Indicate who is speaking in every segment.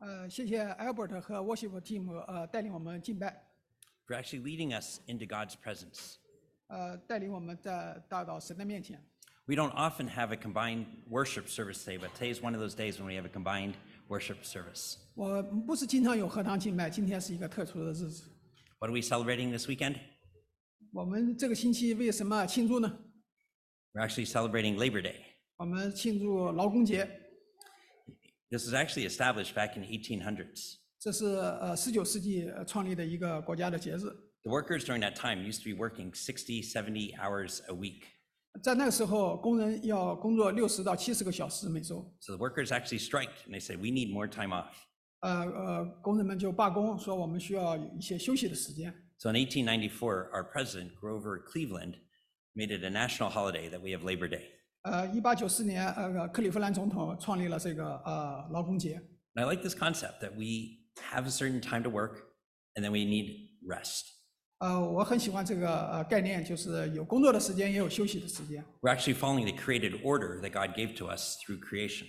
Speaker 1: 呃，谢谢 Albert 和 Worship Team 呃带领我们敬拜，
Speaker 2: for actually leading us into God's presence.
Speaker 1: 呃带领我们在到到神的面前。
Speaker 2: We don't often have a combined worship service today, but today's one of those days when we have a combined worship service.
Speaker 1: 我们不是经常有合堂敬拜，今天是一个特殊的日子。
Speaker 2: What are we celebrating this weekend?
Speaker 1: 我们这个星期为什么庆祝呢？
Speaker 2: We're actually celebrating Labor Day.
Speaker 1: 我们庆祝劳工节，
Speaker 2: This was actually established back in the 1800s.
Speaker 1: 这是呃十九世纪呃创立的一个国家的节日。
Speaker 2: The workers during that time used to be working 60, 70 hours a week.
Speaker 1: 在那个时候，工人要工作六十到七十个小时每周。
Speaker 2: So the workers actually striked and they said, We need more time off.
Speaker 1: 呃呃，工人们就罢工，说我们需要有一些休息的时间。
Speaker 2: So in 1894, our president, Grover Cleveland, made it a national holiday that we have Labor Day.
Speaker 1: 呃，一八九四年，呃，克利夫兰总统创立了这个呃劳工节。
Speaker 2: And I like this concept that we have a certain time to work and then we need rest.
Speaker 1: 呃，我很喜欢这个呃概念，就是有工作的时间，也有休息的时间。
Speaker 2: We're actually following the created order that God gave to us through creation.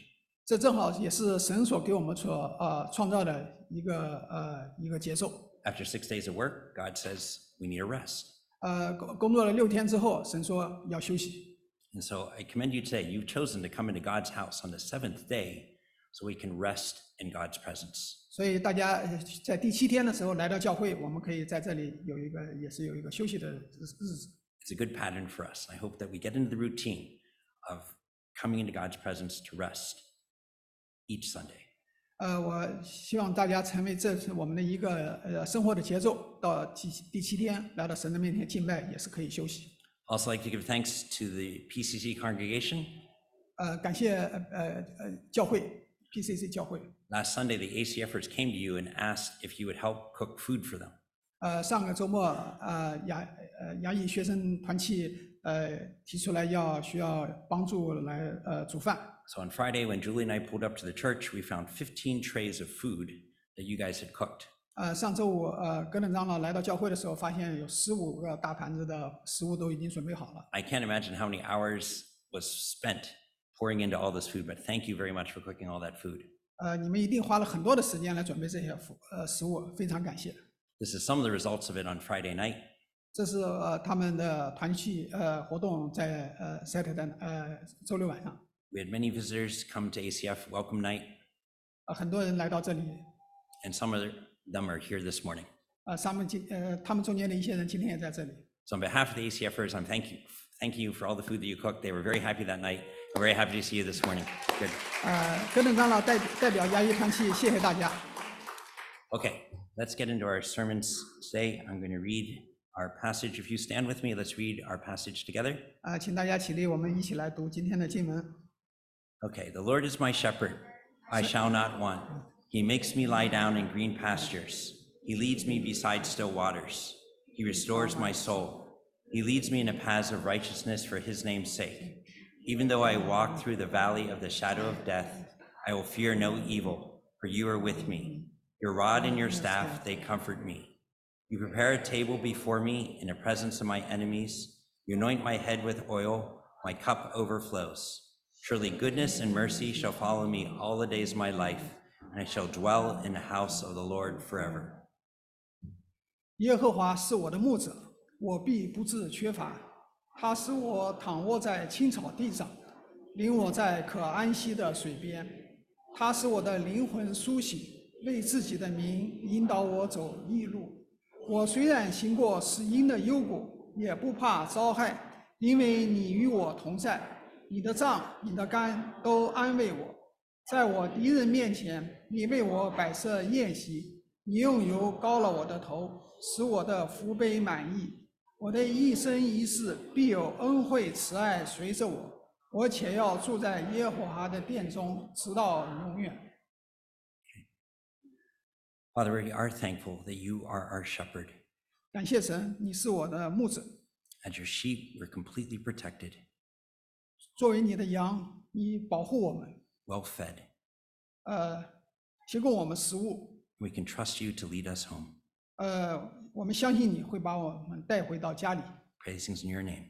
Speaker 1: 这正好也是神所给我们所呃创造的一个呃一个节奏。
Speaker 2: After six days of work, God says, We need a rest.
Speaker 1: 呃，工工作了六天之后，神说要休息。
Speaker 2: And so I commend you today. You've chosen to come into God's house on the seventh day so we can rest in God's presence.
Speaker 1: 所以大家呃在第七天的时候来到教会，我们可以在这里有一个也是有一个休息的日日子。
Speaker 2: It's a good pattern for us. I hope that we get into the routine of coming into God's presence to rest each Sunday.
Speaker 1: 呃，我希望大家成为这是我们的一个呃生活的节奏。到第七第七天来到神的面前敬拜，也是可以休息。
Speaker 2: Also, like to give thanks to the PCC congregation.
Speaker 1: 呃，感谢呃呃呃教会 PCC 教会。
Speaker 2: Last Sunday, the ACFers came to you and asked if you would help cook food for them.
Speaker 1: 呃，上个周末，呃，雅呃雅艺学生团契呃提出来要需要帮助来呃煮饭。
Speaker 2: So on Friday, when Julie and I pulled up to the church, we found 15 trays of food that you guys had cooked.
Speaker 1: 呃，上周五呃格冷长老来到教会的时候，发现有十五个大盘子的食物都已经准备好了。
Speaker 2: I can't imagine how many hours was spent pouring into all this food, but thank you very much for cooking all that food.
Speaker 1: 呃，你们一定花了很多的时间来准备这些服呃食物，非常感谢。
Speaker 2: This is some of the results of it on Friday night.
Speaker 1: 这是呃他们的团契呃活动在呃 Saturday 呃周六晚上，
Speaker 2: We had many visitors come to ACF welcome night,
Speaker 1: 呃很多人来到这里，
Speaker 2: and some of them are here this morning.
Speaker 1: 呃他们今呃他们中间的一些人今天也在这里。
Speaker 2: So on behalf of the ACFers, I'm thank you, thank you for all the food that you cooked. They were very happy that night. I'm very happy to see you this morning. Good.
Speaker 1: 呃，格冷长老代代表牙医团契，谢谢大家。
Speaker 2: Okay, let's get into our sermons today. I'm going to read our passage. If you stand with me, let's read our passage together.
Speaker 1: 呃，请大家起立，我们一起来读今天的经文。
Speaker 2: Okay, the Lord is my shepherd. I shall not want. He makes me lie down in green pastures. He leads me beside still waters. He restores my soul. He leads me in the paths of righteousness for his name's sake. Even though I walk through the valley of the shadow of death, I will fear no evil, for you are with me. Your rod and your staff, they comfort me. You prepare a table before me in the presence of my enemies. You anoint my head with oil, my cup overflows. Surely goodness and mercy shall follow me all the days of my life, and I shall dwell in the house of the Lord forever.
Speaker 1: 耶和华是我的牧者，我必不致缺乏。他使我躺卧在青草地上，领我在可安息的水边。他使我的灵魂苏醒，为自己的名引导我走义路。我虽然行过死荫的幽谷，也不怕遭害，因为你与我同在。你的杖、你的竿都安慰我。在我敌人面前，你为我摆设宴席，你用油膏了我的头，使我的福杯满意。我的一生一世必有恩惠慈爱随着我，我且要住在耶和华的殿中，直到永远。
Speaker 2: Father, we are thankful that you are our shepherd.
Speaker 1: 感谢神，你是我的牧者。
Speaker 2: As your sheep, we're completely protected,
Speaker 1: 作为你的羊，你保护我们，
Speaker 2: well fed.
Speaker 1: 呃，提供我们食物，
Speaker 2: We can trust you to lead us home.
Speaker 1: 呃，我们相信你会把我们带回到家里。
Speaker 2: Pray these things in your name.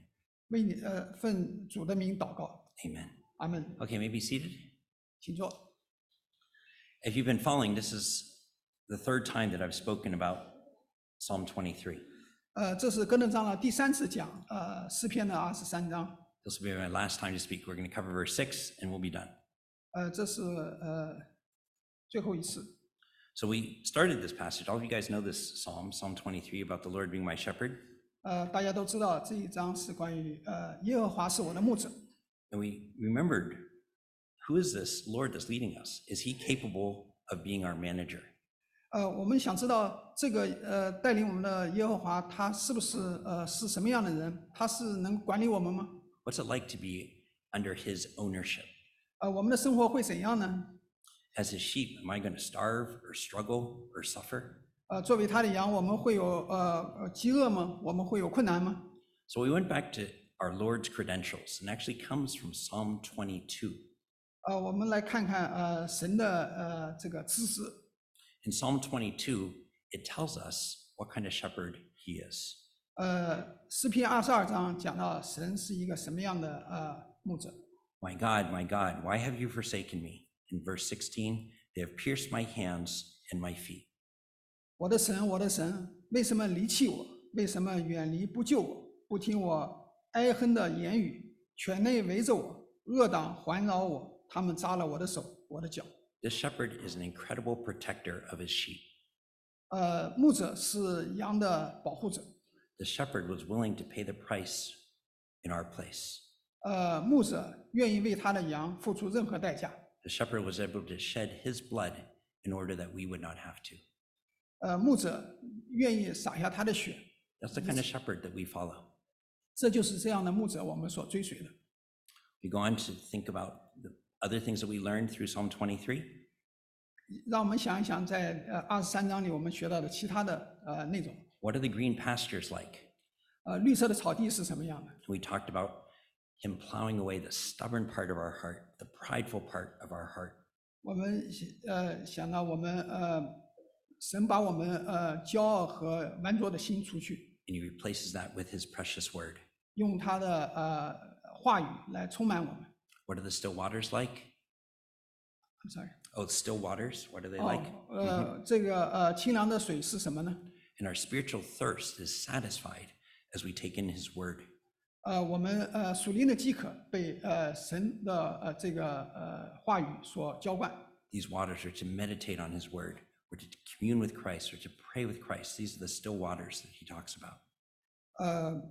Speaker 1: 为你呃奉主的名祷告，
Speaker 2: Amen.
Speaker 1: 阿门。
Speaker 2: Okay, maybe seated.
Speaker 1: 请坐。
Speaker 2: if you've been following, this is the third time that I've spoken about Psalm 23.
Speaker 1: 呃，这是哥伦章的第三次讲，呃，诗篇的二十三章，
Speaker 2: This will be my last time to speak. We're going to cover verse 6 and we'll be done.
Speaker 1: 呃，这是呃最后一次。
Speaker 2: So we started this passage. All of you guys know this psalm, Psalm 23, about the Lord being my shepherd.
Speaker 1: 呃，大家都知道这一章是关于呃耶和华是我的牧者。
Speaker 2: And we remembered who is this Lord that's leading us? Is he capable of being our manager?
Speaker 1: 呃，我们想知道这个呃带领我们的耶和华他是不是呃是什么样的人？他是能管理我们吗？
Speaker 2: What's it like to be under his ownership?
Speaker 1: 呃，我们的生活会怎样呢？
Speaker 2: As his sheep, am I going to starve or struggle or suffer?
Speaker 1: 呃，作为他的羊，我们会有呃呃饥饿吗？我们会有困难吗？
Speaker 2: So we went back to our Lord's credentials, and actually comes from Psalm 22.
Speaker 1: 呃，我们来看看呃神的呃这个知识。
Speaker 2: In Psalm 22, it tells us what kind of shepherd he is.
Speaker 1: 呃，诗篇二十二章讲到神是一个什么样的呃牧者。
Speaker 2: My God, my God, why have you forsaken me? In verse 16, they have pierced my hands and my feet.
Speaker 1: 我的神，我的神，为什么离弃我？为什么远离不救我？不听我哀恨的言语，圈内围着我，恶党环绕我，他们扎了我的手，我的脚。
Speaker 2: This shepherd is an incredible protector of his sheep.
Speaker 1: 呃，牧者是羊的保护者，
Speaker 2: The shepherd was willing to pay the price in our place.
Speaker 1: 呃，牧者愿意为他的羊付出任何代价。
Speaker 2: The shepherd was able to shed his blood in order that we would not have to.
Speaker 1: 呃，牧者愿意洒下他的血，
Speaker 2: That's the kind of shepherd that we follow.
Speaker 1: 这就是这样的牧者我们所追随的。
Speaker 2: We go on to think about the other things that we learned through Psalm 23.
Speaker 1: 让我们想一想在，呃二十三章里我们学到的其他的呃内容。
Speaker 2: What are the green pastures like?
Speaker 1: 呃，绿色的草地是什么样的？
Speaker 2: We talked about him plowing away the stubborn part of our heart, the prideful part of our heart.
Speaker 1: 我们呃想到我们呃，神把我们呃骄傲和顽浊的心除去，
Speaker 2: and he replaces that with his precious word.
Speaker 1: 用他的呃话语来充满我们。
Speaker 2: What are the still waters like?
Speaker 1: I'm sorry。
Speaker 2: Oh, still waters, what are they
Speaker 1: 哦
Speaker 2: like? 嗯 Mm-hmm.
Speaker 1: 呃，这个呃清凉的水是什么呢？
Speaker 2: And our spiritual thirst is satisfied as we take in his word.
Speaker 1: 呃，我们呃属灵的饥渴被呃神的呃这个呃话语所浇灌。
Speaker 2: These waters are to meditate on his word, or to commune with Christ, or to pray with Christ. These are the still waters that he talks about.
Speaker 1: 呃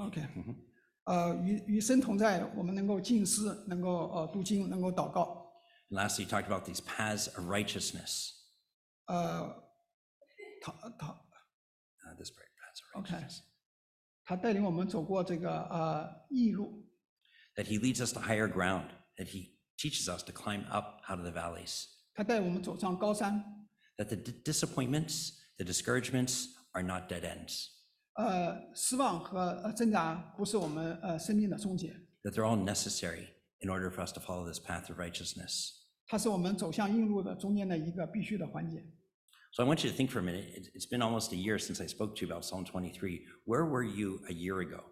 Speaker 1: OK
Speaker 2: Mhm.
Speaker 1: 呃与与神同在，我们能够静思，能够呃读经，能够祷告。
Speaker 2: And lastly, he talked about these paths of righteousness.
Speaker 1: 呃，讨讨
Speaker 2: Uh, this part, paths of
Speaker 1: OK
Speaker 2: righteousness.
Speaker 1: 他带领我们走过这个呃异路，
Speaker 2: That he leads us to higher ground, that he teaches us to climb up out of the valleys.
Speaker 1: 他带我们走上高山，
Speaker 2: that the di- disappointments, the discouragements are not dead ends,
Speaker 1: 呃，失望和呃挣扎不是我们呃生命的终结，
Speaker 2: that they're all necessary in order for us to follow this path of righteousness.
Speaker 1: 它是我们走向硬路的中间的一个必须的环节。
Speaker 2: So I want you to think for a minute. It- It's been almost a year since I spoke to you about Psalm 23. Where were you a year ago?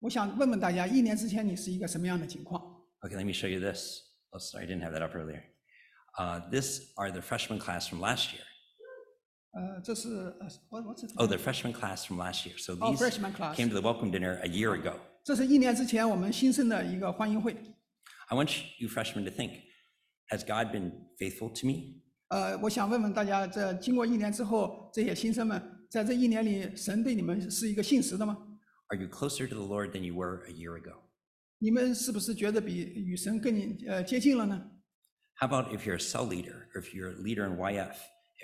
Speaker 1: 我想问问大家，一年之前你是一个什么样的情况？
Speaker 2: Okay, let me show you this. Oh, sorry, I didn't have that up earlier. Uh, this are the freshman class from last year.
Speaker 1: 呃，这是呃我我这
Speaker 2: Oh, the freshman class from last year. So
Speaker 1: Oh,
Speaker 2: these
Speaker 1: freshman class.
Speaker 2: came to the welcome dinner a year ago.
Speaker 1: 这是一年之前我们新生的一个欢迎会。
Speaker 2: I want you freshmen to think, has God been faithful to me?
Speaker 1: 呃，我想问问大家，这经过一年之后，这些新生们在这一年里，神对你们是一个信实的吗？
Speaker 2: Are you closer to the Lord than you were a year ago?
Speaker 1: 你们是不是觉得比与神更呃接近了呢？
Speaker 2: How about if you're a cell leader, or if you're a leader in YF,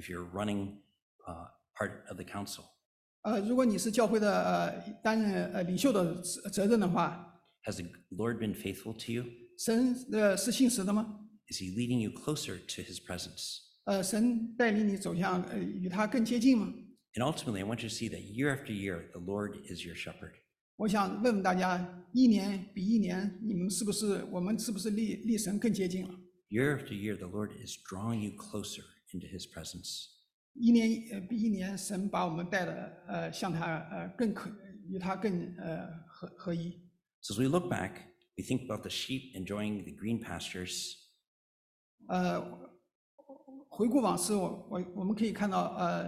Speaker 2: if you're running uh, part of the council?
Speaker 1: 呃，如果你是教会的呃担任呃领袖的责责任的话，
Speaker 2: Has the Lord been faithful to you?
Speaker 1: 神呃是信实的吗？
Speaker 2: Is he leading you closer to his presence?
Speaker 1: 呃，神带领你走向呃与他更接近吗？
Speaker 2: And ultimately, I want you to see that year after year, the Lord is your shepherd.
Speaker 1: 我想问问大家，一年比一年，你们是不是我们是不是离离神更接近了？
Speaker 2: Year after year, the Lord is drawing you closer into his presence.
Speaker 1: 一年呃比一年，神把我们带的呃向他呃更可与他更呃合合一。
Speaker 2: So as we look back, we think about the sheep enjoying the green pastures,
Speaker 1: 呃，回顾往事，我我我们可以看到，呃，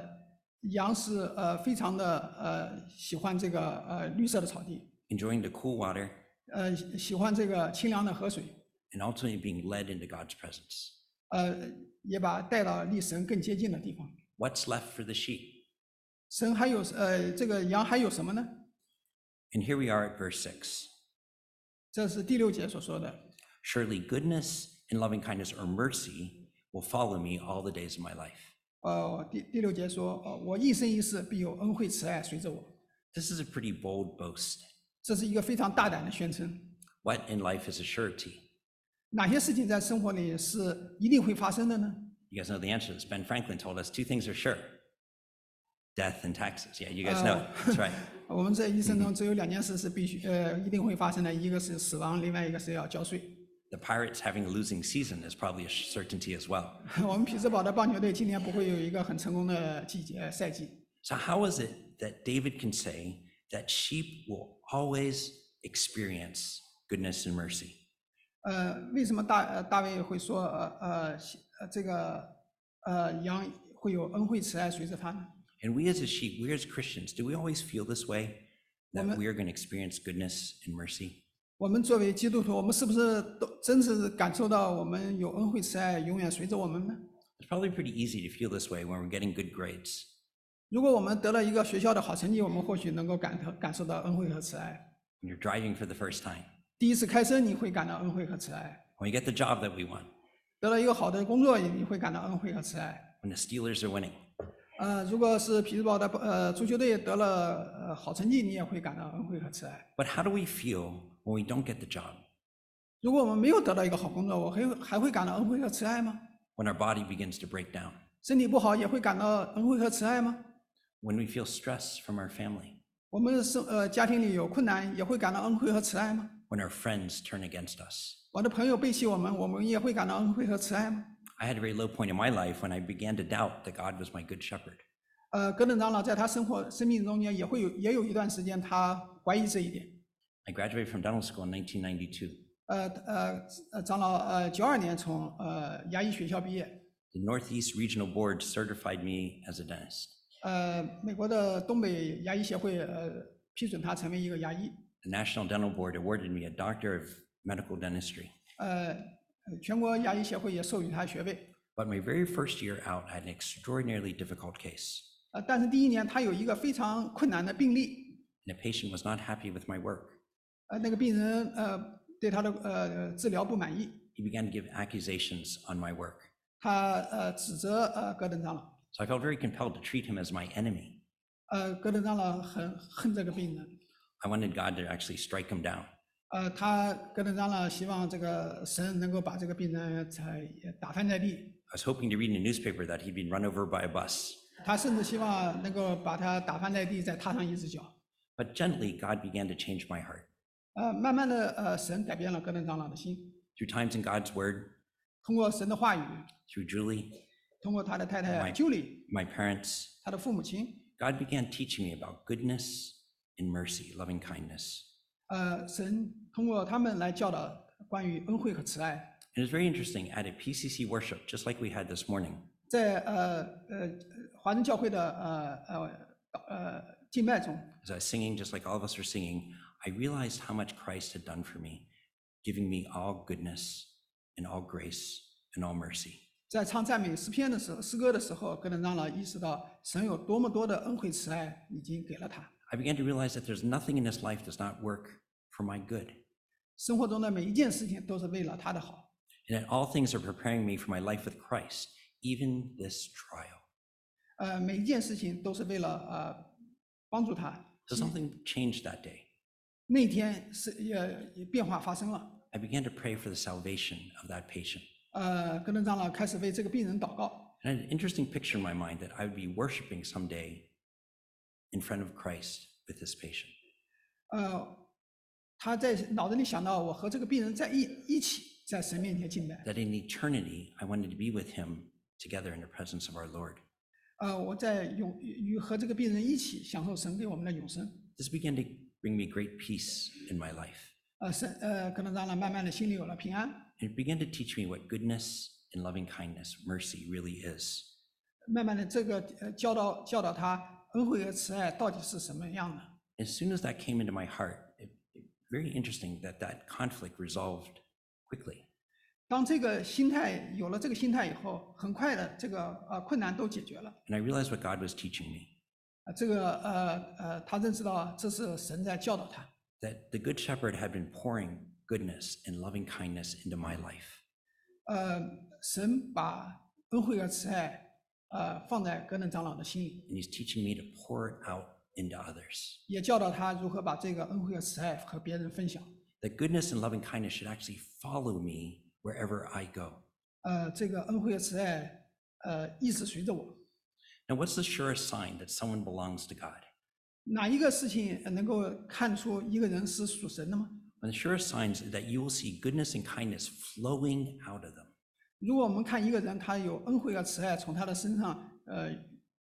Speaker 1: 羊是呃非常的呃喜欢这个呃绿色的草地，
Speaker 2: enjoying the cool water,
Speaker 1: 呃喜喜欢这个清凉的河水，
Speaker 2: and ultimately being led into God's presence.
Speaker 1: 呃也把带到离神更接近的地方。
Speaker 2: What's left for the sheep?
Speaker 1: 神还有呃这个羊还有什么呢？
Speaker 2: And here we are at verse 6.
Speaker 1: 这是第六节所说的，
Speaker 2: Surely goodness and loving kindness or mercy will follow me all the days of my life.
Speaker 1: 呃第第六节说，呃我一生一世必有恩惠慈爱随着我，
Speaker 2: This is a pretty bold boast.
Speaker 1: 这是一个非常大胆的宣称。
Speaker 2: What in life is a surety?
Speaker 1: 哪些事情在生活里是一定会发生的呢？
Speaker 2: You guys know the answer to this. Ben Franklin told us two things are sure death and taxes. Yeah, you guys know. it. That's right.
Speaker 1: 我们这一生中只有两件事是必须呃一定会发生的，一个是死亡，另外一个是要交税。
Speaker 2: The Pirates having a losing season is probably a certainty as well.
Speaker 1: 我们匹兹堡的棒球队今年不会有一个很成功的季节呃赛季，
Speaker 2: So, how is it that David can say that sheep will always experience goodness and mercy?
Speaker 1: 呃，为什么大呃大卫会说呃呃西呃这个呃羊会有恩惠慈爱随着他呢？
Speaker 2: And we as a sheep, we as Christians, do we always feel this way? That we are going to experience goodness and mercy?
Speaker 1: 我们作为基督徒，我们是不是都真是感受到我们有恩惠慈爱永远随着我们呢？
Speaker 2: It's probably pretty easy to feel this way when we're getting good grades.
Speaker 1: 如果我们得了一个学校的好成绩，我们或许能够感到感受到恩惠和慈爱。
Speaker 2: When you're driving for the first time,
Speaker 1: 第一次开车，你会感到恩惠和慈爱；
Speaker 2: when we get the job that we want,
Speaker 1: 得了一个好的工作，你会感到恩惠和慈爱。
Speaker 2: when the Steelers are winning.
Speaker 1: 呃，如果是匹兹堡的呃足球队得了呃好成绩，你也会感到恩惠和慈爱。
Speaker 2: But how do we feel when we don't get the job?
Speaker 1: 如果我们没有得到一个好工作，我还还会感到恩惠和慈爱吗？
Speaker 2: When our body begins to break down?
Speaker 1: 身体不好也会感到恩惠和慈爱吗？
Speaker 2: When we feel stress from our family?
Speaker 1: 我们生呃家庭里有困难也会感到恩惠和慈爱吗？
Speaker 2: When our friends turn against us?
Speaker 1: 我的朋友背弃我们，我们也会感到恩惠和慈爱吗？
Speaker 2: I had a very low point in my life when I began to doubt that God was my good shepherd.
Speaker 1: 呃，戈登长老在他生活生命中间也会有也有一段时间，他怀疑这一点。
Speaker 2: I graduated from dental school in 1992.
Speaker 1: 呃呃呃，长老呃，九二年从呃牙医学校毕业，
Speaker 2: The Northeast Regional Board certified me as a dentist.
Speaker 1: 呃，美国的东北牙医协会呃批准他成为一个牙医，
Speaker 2: The National Dental Board awarded me a Doctor of Medical Dentistry.
Speaker 1: 呃，呃全国牙医协会也授予他学位。
Speaker 2: But my very first year out, I had an extraordinarily difficult case,
Speaker 1: 呃，但是第一年他有一个非常困难的病例，
Speaker 2: and the patient was not happy with my work.
Speaker 1: 呃，那个病人呃对他的呃治疗不满意，
Speaker 2: He began to give accusations on my work.
Speaker 1: 他呃指责呃戈登长老，
Speaker 2: So I felt very compelled to treat him as my enemy.
Speaker 1: 呃，戈登长老很恨这个病人，
Speaker 2: I wanted God to actually strike him down.
Speaker 1: 呃，他戈登长老希望这个神能够把这个病人才打翻在地，
Speaker 2: I was hoping to read in a newspaper that he'd been run over by a bus.
Speaker 1: 他甚至希望能够把他打翻在地，再踏上一只脚。
Speaker 2: But gently, God began to change my heart.
Speaker 1: 呃，慢慢的，呃，神改变了戈登长老的心，
Speaker 2: Through times in God's Word,
Speaker 1: 通过神的话语，
Speaker 2: through Julie,
Speaker 1: 通过他的太
Speaker 2: 明白
Speaker 1: 太朱莉，
Speaker 2: my parents,
Speaker 1: 他的父母亲，
Speaker 2: God began teaching me about goodness and mercy, loving kindness.
Speaker 1: 呃，神通过他们来教导关于恩惠和慈爱。
Speaker 2: And it's very interesting at a PCC worship, just like we had this morning,
Speaker 1: 在呃呃华人教会的呃呃呃敬拜中，
Speaker 2: as I was singing, just like all of us are singing, I realized how much Christ had done for me, giving me all goodness and all grace and all mercy.
Speaker 1: 在唱赞美诗篇的时候，诗歌的时候，戈登长老意识到神有多么多的恩惠慈爱已经给了他。
Speaker 2: I began to realize that there's nothing in this life that's not work for my good,
Speaker 1: 生活中的每一件事情都是为了他的好，
Speaker 2: and that all things are preparing me for my life with Christ, even this trial.
Speaker 1: 呃，每一件事情都是为了呃帮助他。
Speaker 2: So something changed that day.
Speaker 1: 那天是呃也也变化发生了，
Speaker 2: I began to pray for the salvation of that patient.
Speaker 1: 呃，戈登长老开始为这个病人祷告，
Speaker 2: And I had an interesting picture in my mind that I would be worshiping someday in front of Christ with this patient.
Speaker 1: 呃，他在脑子里想到我和这个病人在一一起在神面前敬拜，
Speaker 2: That in eternity, I wanted to be with him together in the presence of our Lord.
Speaker 1: 呃，我在永与和这个病人一起享受神给我们的永生，
Speaker 2: This began to bring me great peace in my life.
Speaker 1: 呃，神呃，戈登长老慢慢的心里有了平安，
Speaker 2: And it began to teach me what goodness and loving kindness, mercy really is.
Speaker 1: 慢慢的，这个呃教导教导他恩惠和慈爱到底是什么样的。
Speaker 2: As soon as that came into my heart, it, it, very interesting that that conflict resolved quickly.
Speaker 1: 当这个心态有了这个心态以后，很快的这个呃困难都解决了。
Speaker 2: And I realized what God was teaching me
Speaker 1: 啊，这个呃呃，他认识到这是神在教导他，
Speaker 2: that the Good Shepherd had been pouring goodness and loving kindness into my life.
Speaker 1: 呃，神把恩惠和慈爱呃放在格伦长老的心里，
Speaker 2: And He's teaching me to pour it out into others.
Speaker 1: 也教导他如何把这个恩惠和慈爱和别人分享。
Speaker 2: That goodness and loving kindness should actually follow me wherever I go.
Speaker 1: 呃，这个恩惠和慈爱呃一直随着我。
Speaker 2: Now, what's the surest sign that someone belongs to God?
Speaker 1: 哪一个事情能够看出一个人是属神的吗？
Speaker 2: And the surest signs is that you will see goodness and kindness flowing out of them.
Speaker 1: 如果我们看一个人，他有恩惠和慈爱从他的身上呃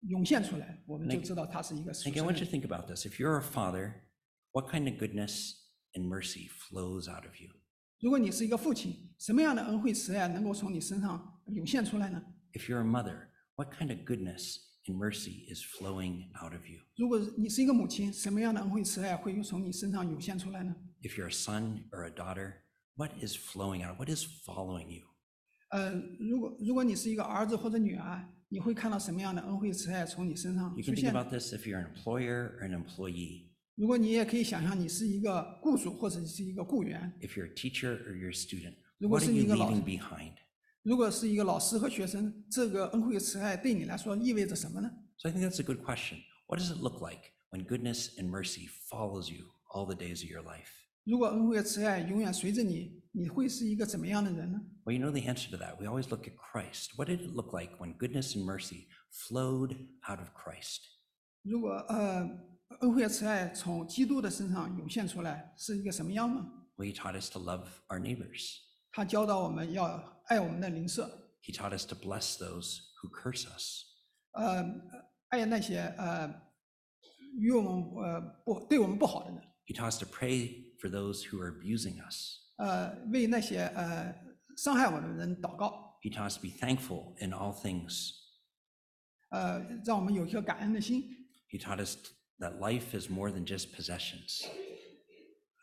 Speaker 1: 涌现出来，我们就知道他是一个属
Speaker 2: Again, I
Speaker 1: 神的
Speaker 2: want you to
Speaker 1: 人。
Speaker 2: think about this. If you're a father, what kind of goodness and mercy flows out of you?
Speaker 1: 如果你是一个父亲，什么样的恩惠慈爱能够从你身上涌现出来呢？
Speaker 2: If you're a mother, what kind of goodness and mercy is flowing out of you?
Speaker 1: 如果你是一个母亲，什么样的恩惠慈爱会从你身上涌现出来呢？
Speaker 2: If you're a son or a daughter, what is flowing out? What is following you?
Speaker 1: 呃，如果如果你是一个儿子或者女儿，啊你会看到什么样的恩惠慈爱从你身上
Speaker 2: You
Speaker 1: 出
Speaker 2: can think
Speaker 1: 现呢？
Speaker 2: about this if you're an employer or an employee,
Speaker 1: 如果你也可以想象你是一个雇主或者是一个雇员，
Speaker 2: if you're a teacher or you're a student.
Speaker 1: 如果
Speaker 2: What are you
Speaker 1: 是一个老师。
Speaker 2: leaving behind?
Speaker 1: 如果是一个老师和学生，这个恩惠慈爱对你来说意味着什么呢？
Speaker 2: So I think that's a good question. What does it look like when goodness and mercy follows you all the days of your life?
Speaker 1: 如果恩惠慈爱永远随着你，你会是一个怎么样的人呢？
Speaker 2: Well, you know the answer to that. We always look at Christ. What did it look like when goodness and mercy flowed out of Christ?
Speaker 1: 如果呃恩惠慈爱从基督的身上涌现出来，是一个什么样呢？
Speaker 2: Well, he taught us to love our neighbors.
Speaker 1: 他教导我们要爱我们的邻舍，
Speaker 2: He taught us to bless those who curse us.
Speaker 1: 呃，爱那些呃与我们呃不对我们不好的人，
Speaker 2: He taught us to pray for those who are abusing us.
Speaker 1: 呃，为那些呃伤害我们的人祷告，
Speaker 2: He taught us to be thankful in all things.
Speaker 1: 呃，让我们有一颗感恩的心。
Speaker 2: He taught us that life is more than just possessions,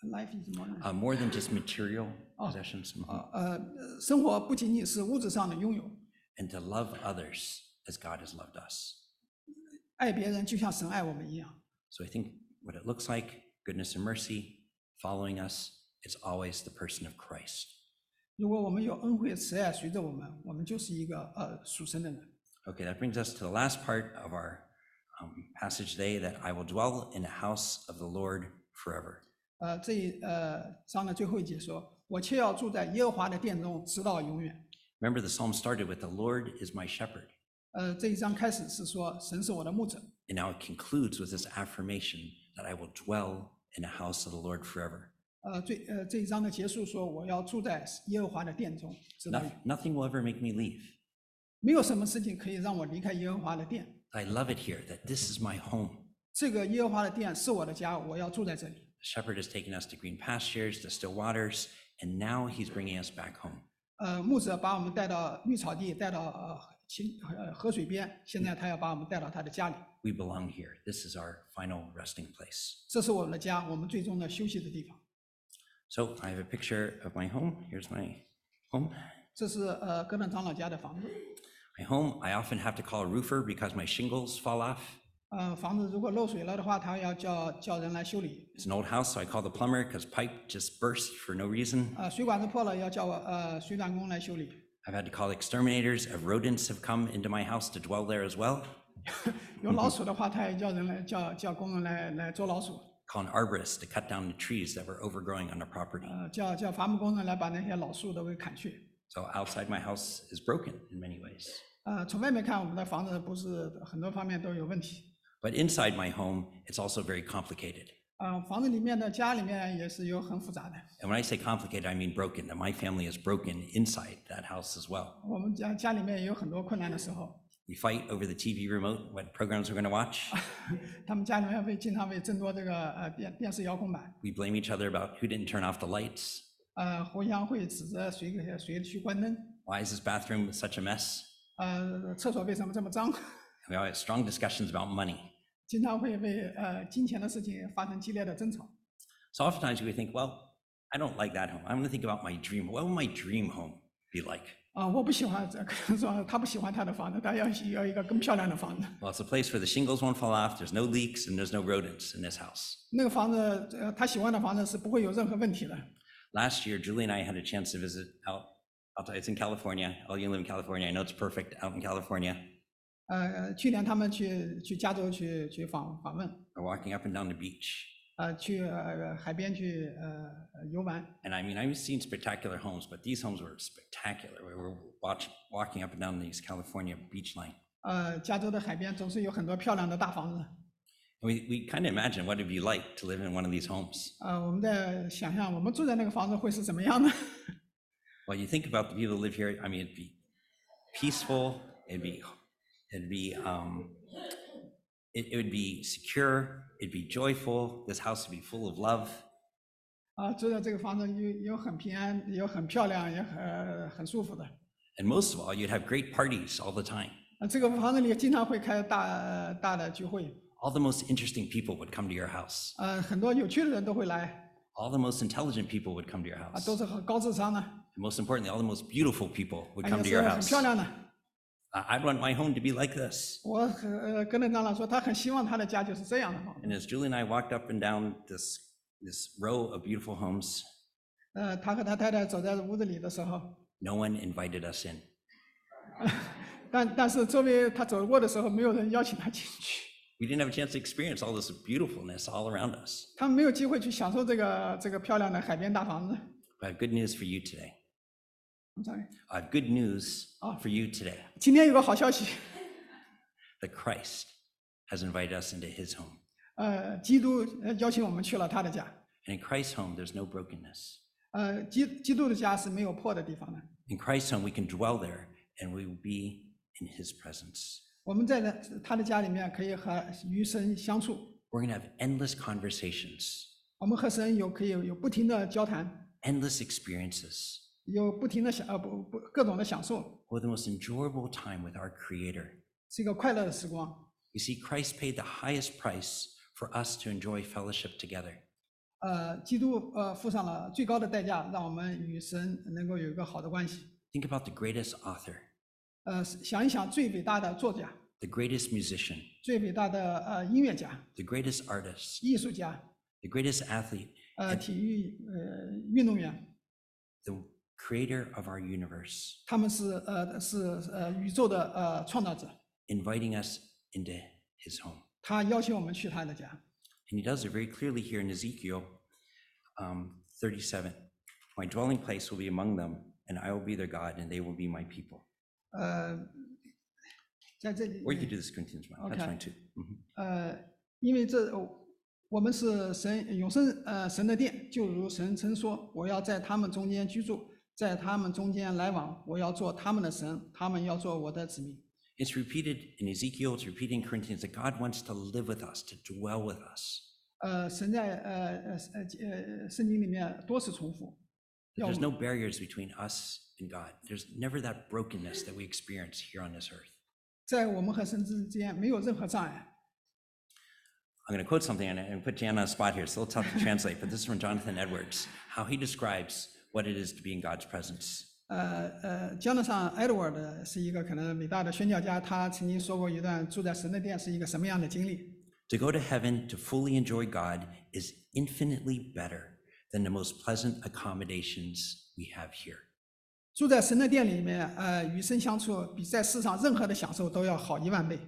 Speaker 1: Life is more than-
Speaker 2: uh, more than just material
Speaker 1: Oh.
Speaker 2: possessions, mhm.
Speaker 1: 呃呃，生活不仅仅是物质上的拥有，
Speaker 2: and to love others as God has loved us.
Speaker 1: 爱别人就像神爱我们一样。
Speaker 2: So I think what it looks like, goodness and mercy following us, is always the person of Christ.
Speaker 1: 如果我们有恩惠慈爱随着我们，我们就是一个呃属神的人。
Speaker 2: Okay, that brings us to the last part of our um, passage today that I will dwell in the house of the Lord forever.
Speaker 1: 呃，这一呃章的最后一节说：“我却要住在耶和华的殿中，直到永远。
Speaker 2: Remember, the psalm started with, The Lord is my shepherd. ”
Speaker 1: 呃，这一章开始是说神是我的牧者，
Speaker 2: And now it concludes with this affirmation that I will dwell in the house of the Lord forever.
Speaker 1: 呃，最呃这一章的结束说我要住在耶和华的殿中，直到
Speaker 2: No-
Speaker 1: 永远。
Speaker 2: nothing will ever make me leave.
Speaker 1: 没有什么事情可以让我离开耶和华的殿。
Speaker 2: I love it here, that this is my home.
Speaker 1: 这个耶和华的殿是我的家，我要住在这里。
Speaker 2: The shepherd has taken us to green pastures, to still waters, and now he's bringing us back home.
Speaker 1: 呃，牧者把我们带到绿草地，带到呃清呃河水边，现在他要把我们带到他的家里，
Speaker 2: We belong here. This is our final resting place.
Speaker 1: 这是我们的家，我们最终的休息的地方。
Speaker 2: So I have a picture of my home. Here's my home.
Speaker 1: 这是呃格朗长老家的房子，
Speaker 2: My home, I often have to call a roofer because my shingles fall off.
Speaker 1: 呃，房子如果漏水了的话，他要叫叫人来修理，
Speaker 2: It's an old house, so I call the plumber because pipe just burst for no reason.
Speaker 1: 呃，水管子破了要叫呃水管工来修理，
Speaker 2: I've had to call exterminators. If rodents have come into my house to dwell there as well,
Speaker 1: 有老鼠的话，他也叫人来叫叫工人来来捉老鼠，
Speaker 2: call an arborist to cut down the trees that were overgrowing on the property.
Speaker 1: 呃，叫叫伐木工人来把那些老树都给砍去。
Speaker 2: So outside my house is broken in many ways.
Speaker 1: 呃，从外面看，我们的房子不是很多方面都有问题。
Speaker 2: But inside my home, it's also very complicated.
Speaker 1: 呃，房子里面的家里面也是有很复杂的。
Speaker 2: And when I say complicated, I mean broken, that my family is broken inside that house as well.
Speaker 1: 我们家家里面也有很多困难的时候，
Speaker 2: We fight over the TV remote, what programs we're going to watch.
Speaker 1: 他们家里面会经常会争夺这个呃电电视遥控板，呃
Speaker 2: We blame each other about who didn't turn off the lights.
Speaker 1: 呃，互相会指责谁给谁去关灯。
Speaker 2: Why is this bathroom such a mess?
Speaker 1: 呃，厕所为什么这么脏？
Speaker 2: We all had strong discussions about money.
Speaker 1: 经常会为呃金钱的事情发生激烈的争吵。
Speaker 2: So oftentimes we think, well, I don't like that home. I'm going to think about my dream. What will my dream home be like?
Speaker 1: 啊、我不喜欢，这可能说他不喜欢他的房子，他要要一个更漂亮的房子。
Speaker 2: Well, it's a place where the shingles won't fall off, there's no leaks, and there's no rodents in this house.
Speaker 1: 那个房子，呃，他喜欢的房子是不会有任何问题的。
Speaker 2: Last year, Julie and I had a chance to visit out. out it's in California. All you live in California. I know it's perfect out in California.
Speaker 1: 呃，去年他们去去加州去去访访问，
Speaker 2: We're walking up and down the beach.
Speaker 1: 呃，去呃海边去呃呃游玩，
Speaker 2: And I mean, I've seen spectacular homes, but these homes were spectacular. We were watch, walking up and down these California beach line.
Speaker 1: 呃，加州的海边总是有很多漂亮的大房子。
Speaker 2: And we, we kind of imagine what it'd be like to live in one of these homes.
Speaker 1: 呃，我们在想象我们住在那个房子会是怎么样的。
Speaker 2: Well, you think about the people that live here. I mean, it'd be peaceful. It'd be, it'd be, um, it, it would be secure. It'd be joyful. This house would be full of love.
Speaker 1: 啊、住在这个房子有有很平安，有很漂亮，也很很舒服的。
Speaker 2: And most of all, you'd have great parties all the time.
Speaker 1: 呃，这个房子里经常会开大大的聚会，
Speaker 2: All the most interesting people would come to your house.
Speaker 1: 呃，很多有趣的人都会来，
Speaker 2: All the most intelligent people would come to your
Speaker 1: 啊，
Speaker 2: house.
Speaker 1: 都
Speaker 2: And
Speaker 1: 是很高智商的，
Speaker 2: most importantly, all the most beautiful people would
Speaker 1: 啊
Speaker 2: come
Speaker 1: 也
Speaker 2: to your
Speaker 1: 是很
Speaker 2: house.
Speaker 1: 漂
Speaker 2: I-
Speaker 1: 亮的。
Speaker 2: I'd want my home to be like this.
Speaker 1: 我很呃跟着张老说，他很希望他的家就是这样的房子。
Speaker 2: And as Julie and I walked up and down this, this row of beautiful homes,
Speaker 1: 呃，他和他太太走在屋子里的时候，
Speaker 2: no one invited us in.
Speaker 1: 但但是周围他走过的时候，没有人邀请他进去，
Speaker 2: We didn't have a chance to experience all this beautifulness all around us.
Speaker 1: 他们没有机会去享受这个这个漂亮的海边大房子。
Speaker 2: But I have good news for you today.
Speaker 1: I'm sorry
Speaker 2: I have good news uh, for you today
Speaker 1: 今天有个好消息，
Speaker 2: that Christ has invited us into his home.
Speaker 1: 呃，基督呃邀请我们去了他的家。
Speaker 2: And in Christ's home, there's no brokenness.
Speaker 1: 呃，基基督的家是没有破的地方的。
Speaker 2: In Christ's home, we can dwell there and we will be in his presence.
Speaker 1: 我们在那他的家里面可以和与神相处，
Speaker 2: We're going to have endless conversations,
Speaker 1: 我们和神有可以有不停的交谈，
Speaker 2: endless experiences.
Speaker 1: 有不停的享呃不不各种的享受，
Speaker 2: We'll have the most enjoyable time with our Creator.
Speaker 1: 是一个快乐的时光。
Speaker 2: You see, Christ paid the highest price for us to enjoy fellowship together.
Speaker 1: 呃，基督呃付上了最高的代价，让我们与神能够有一个好的关系。
Speaker 2: Think about the greatest author,
Speaker 1: 呃，想一想最伟大的作家、
Speaker 2: the greatest musician,
Speaker 1: 最伟大的呃音乐家、
Speaker 2: the greatest artist,
Speaker 1: 艺术家、
Speaker 2: the greatest athlete,
Speaker 1: 呃体育呃运动员，
Speaker 2: the creator of our universe,
Speaker 1: 他们是呃是呃宇宙的呃创造者。
Speaker 2: inviting us into his home.
Speaker 1: 他邀请我们去他的家。
Speaker 2: And he does it very clearly here in Ezekiel um, 37. My dwelling place will be among them, and I will be their God, and they will be my people.
Speaker 1: 呃，在这里
Speaker 2: Or you could do this Corinthians one. That's
Speaker 1: Okay.
Speaker 2: fine too. Mhm.
Speaker 1: 呃，因为这我们是神永生呃神的殿，就如神曾说，我要在他们中间居住，在他们中间来往，我要做他们的神，他们要做我的子民。
Speaker 2: It's repeated in Ezekiel, it's repeated in Corinthians that God wants to live with us, to dwell with us.
Speaker 1: 呃，神在呃呃呃呃圣经里面多次重复，
Speaker 2: That There's
Speaker 1: Yeah.
Speaker 2: no barriers between us and God. There's never that brokenness that we experience here on this earth.
Speaker 1: 在我们和神之间没有任何障碍。
Speaker 2: I'm going to quote something and- and put Jan on the spot here. It's a little tough to translate, but this is from Jonathan Edwards, how he describes what it is to be in God's presence.
Speaker 1: 呃呃，Jonathan Edward 是一个可能伟大的宣教家，他曾经说过一段住在神的殿是一个什么样的经历。
Speaker 2: To go to heaven to fully enjoy God is infinitely better than the most pleasant accommodations we have here.
Speaker 1: 住在神的殿里面，呃，与神相处比在世上任何的享受都要好一万倍。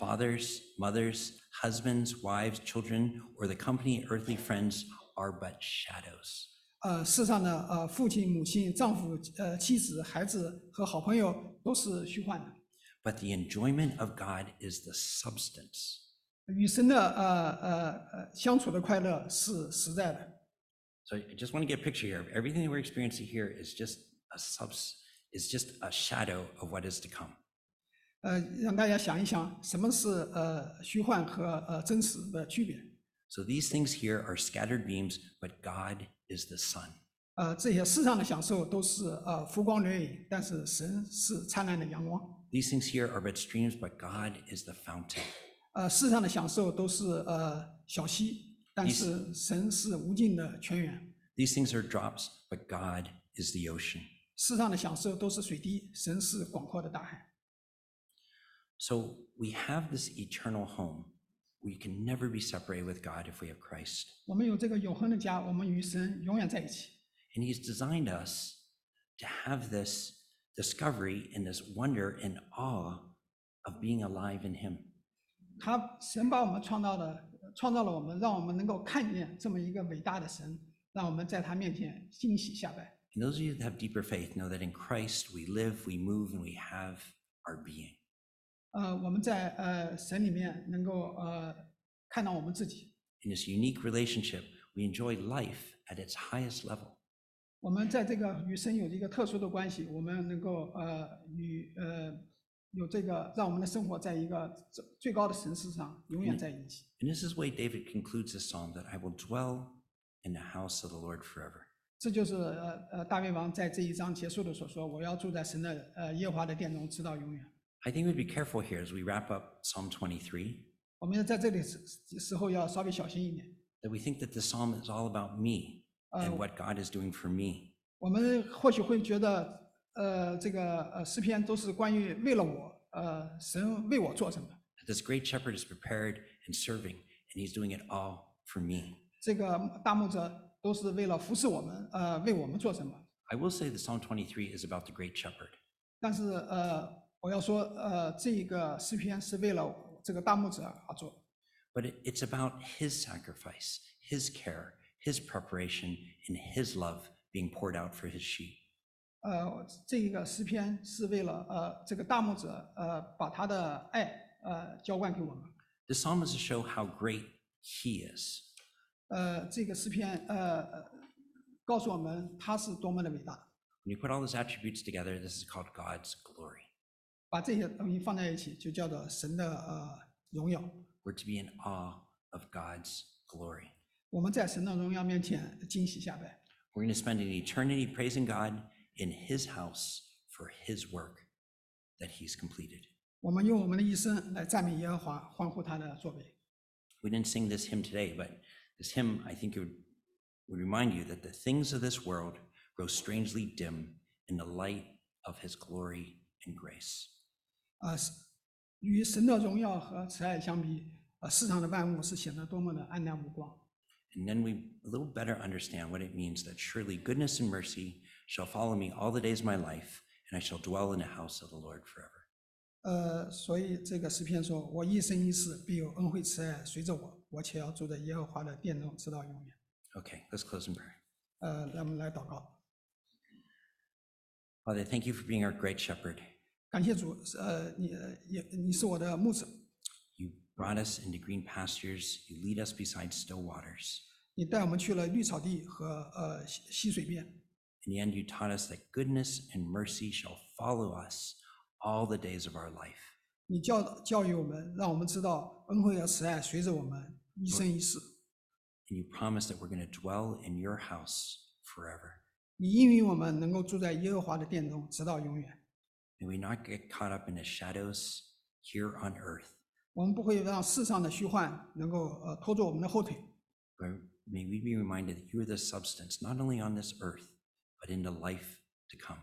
Speaker 2: Fathers, mothers, husbands, wives, children, or the company of earthly friends are but shadows.
Speaker 1: 呃，世上的呃父亲、母亲、丈夫、呃妻子、孩子和好朋友都是虚幻的，
Speaker 2: But the enjoyment of God is the substance.
Speaker 1: 与神的呃呃呃相处的快乐是实在的。
Speaker 2: So I just want to get a picture here. Everything that we're experiencing here is just a subs is just a shadow of what is to come.
Speaker 1: 呃，让大家想一想，什么是呃虚幻和呃真实的区别？
Speaker 2: So these things here are scattered beams, but God is the sun.
Speaker 1: 呃，这些世上的享受都是呃浮光掠影，但是神是灿烂的阳光。
Speaker 2: These things here are but streams, but God is the fountain.
Speaker 1: 呃，世上的享受都是呃小溪，但是神是无尽的泉源。
Speaker 2: These things are drops, but God is the ocean.
Speaker 1: 世上的享受都是水滴，神是广阔的大海。
Speaker 2: So we have this eternal home. We can never be separated with God if we have Christ.
Speaker 1: 我们有这个永恒的家，我们与神永远在一起。
Speaker 2: And He's designed us to have this discovery and this wonder and awe of being alive in Him.
Speaker 1: 他神把我们创造的，创造了我们，让我们能够看见这么一个伟大的神，让我们在他面前惊喜下拜。
Speaker 2: And those of you that have deeper faith know that in Christ we live, we move, and we have our being.
Speaker 1: 呃，我们在呃神里面能够呃看到我们自己，
Speaker 2: In this unique relationship, we enjoy life at its highest level.
Speaker 1: 我们在这个与神有一个特殊的关系，我们能够呃与呃有这个让我们的生活在一个最最高的神事上永远在一起。
Speaker 2: And this is why David concludes this psalm that I will dwell in the house of the Lord forever.
Speaker 1: 这就是呃呃大卫王在这一章结束的所说：“我要住在神的呃耶和华的殿中，直到永远。
Speaker 2: I think we'd be careful here as we wrap up Psalm 23 ”
Speaker 1: 我们要在这里时时候要稍微小心一点。
Speaker 2: that we think that the psalm is all about me and
Speaker 1: Oh.
Speaker 2: what God is doing for me.
Speaker 1: 我们或许会觉得，呃，这个呃诗篇都是关于为了我，呃，神为我做什么。
Speaker 2: That this great shepherd is prepared and serving, and he's doing it all for me.
Speaker 1: 这个大牧者都是为了服侍我们，呃，为我们做什么。
Speaker 2: I will say that Psalm 23 is about the great shepherd.
Speaker 1: 但是呃，我要说，呃，这个诗篇是为了这个大牧者而做，
Speaker 2: But it- it's about his sacrifice, his care, his preparation, and his love being poured out for his sheep.
Speaker 1: 呃，这个诗篇是为了呃这个大牧者呃把他的爱呃浇灌给我们，
Speaker 2: This psalm is to show how great he is.
Speaker 1: 呃，这个诗篇呃呃告诉我们他是多么的伟大。
Speaker 2: When you put all those attributes together, this is called God's glory.
Speaker 1: 把这些东西放在一起，就叫做神的呃荣耀。
Speaker 2: We're to be in awe of God's glory.
Speaker 1: 我们在神的荣耀面前呃惊喜下拜。
Speaker 2: We're going to spend an eternity praising God in His house for His work that He's completed.
Speaker 1: 我们用我们的一生来赞美耶和华，欢呼他的作为。
Speaker 2: We didn't sing this hymn today, but this hymn, I think, it would, would remind you that the things of this world grow strangely dim in the light of His glory and grace.
Speaker 1: 啊，是与神的荣耀和慈爱相比，呃，世上的万物是显得多么的黯淡无光。
Speaker 2: And then we a little better understand what it means that surely goodness and mercy shall follow me all the days of my life, and I shall dwell in the house of the Lord forever.
Speaker 1: 呃，所以这个诗篇说：“我一生一世必有恩惠慈爱随着我，我且要住在耶和华的殿中，直到永远。
Speaker 2: Okay, let's close in prayer. ”
Speaker 1: 呃，让我们来祷告，
Speaker 2: Father, thank you for being our great shepherd.
Speaker 1: 感谢主，呃，你也你是我的牧者，
Speaker 2: You brought us into green pastures. You lead us beside still waters.
Speaker 1: 你带我们去了绿草地和呃溪溪水边，
Speaker 2: In the end, you taught us that goodness and mercy shall follow us all the days of our life.
Speaker 1: 你教教育我们，让我们知道恩惠和慈爱随着我们一生一世。
Speaker 2: And you promised that we're going to dwell in your house forever.
Speaker 1: 你应允我们能够住在耶和华的殿中，直到永远。
Speaker 2: May we not get caught up in the shadows here on earth,
Speaker 1: 我们不会让世上的虚幻能够呃拖住我们的后腿。
Speaker 2: but may we be reminded that you are the substance, not only on this earth, but in the life to come.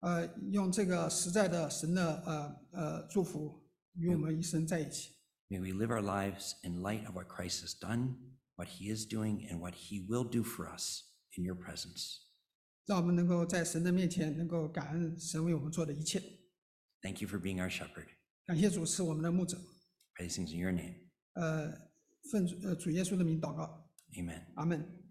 Speaker 1: 呃，用这个实在的神的呃呃祝福与我们一生在一起。
Speaker 2: May we live our lives in light of what Christ has done, what he is doing, and what he will do for us in your presence.
Speaker 1: 让我们能够在神的面前能够感恩神为我们做的一切，
Speaker 2: Thank you for being our shepherd.
Speaker 1: 感谢主是我们的牧者。
Speaker 2: Praise things in your name.
Speaker 1: 呃，奉主呃主耶稣的名祷告，
Speaker 2: Amen.
Speaker 1: 阿门。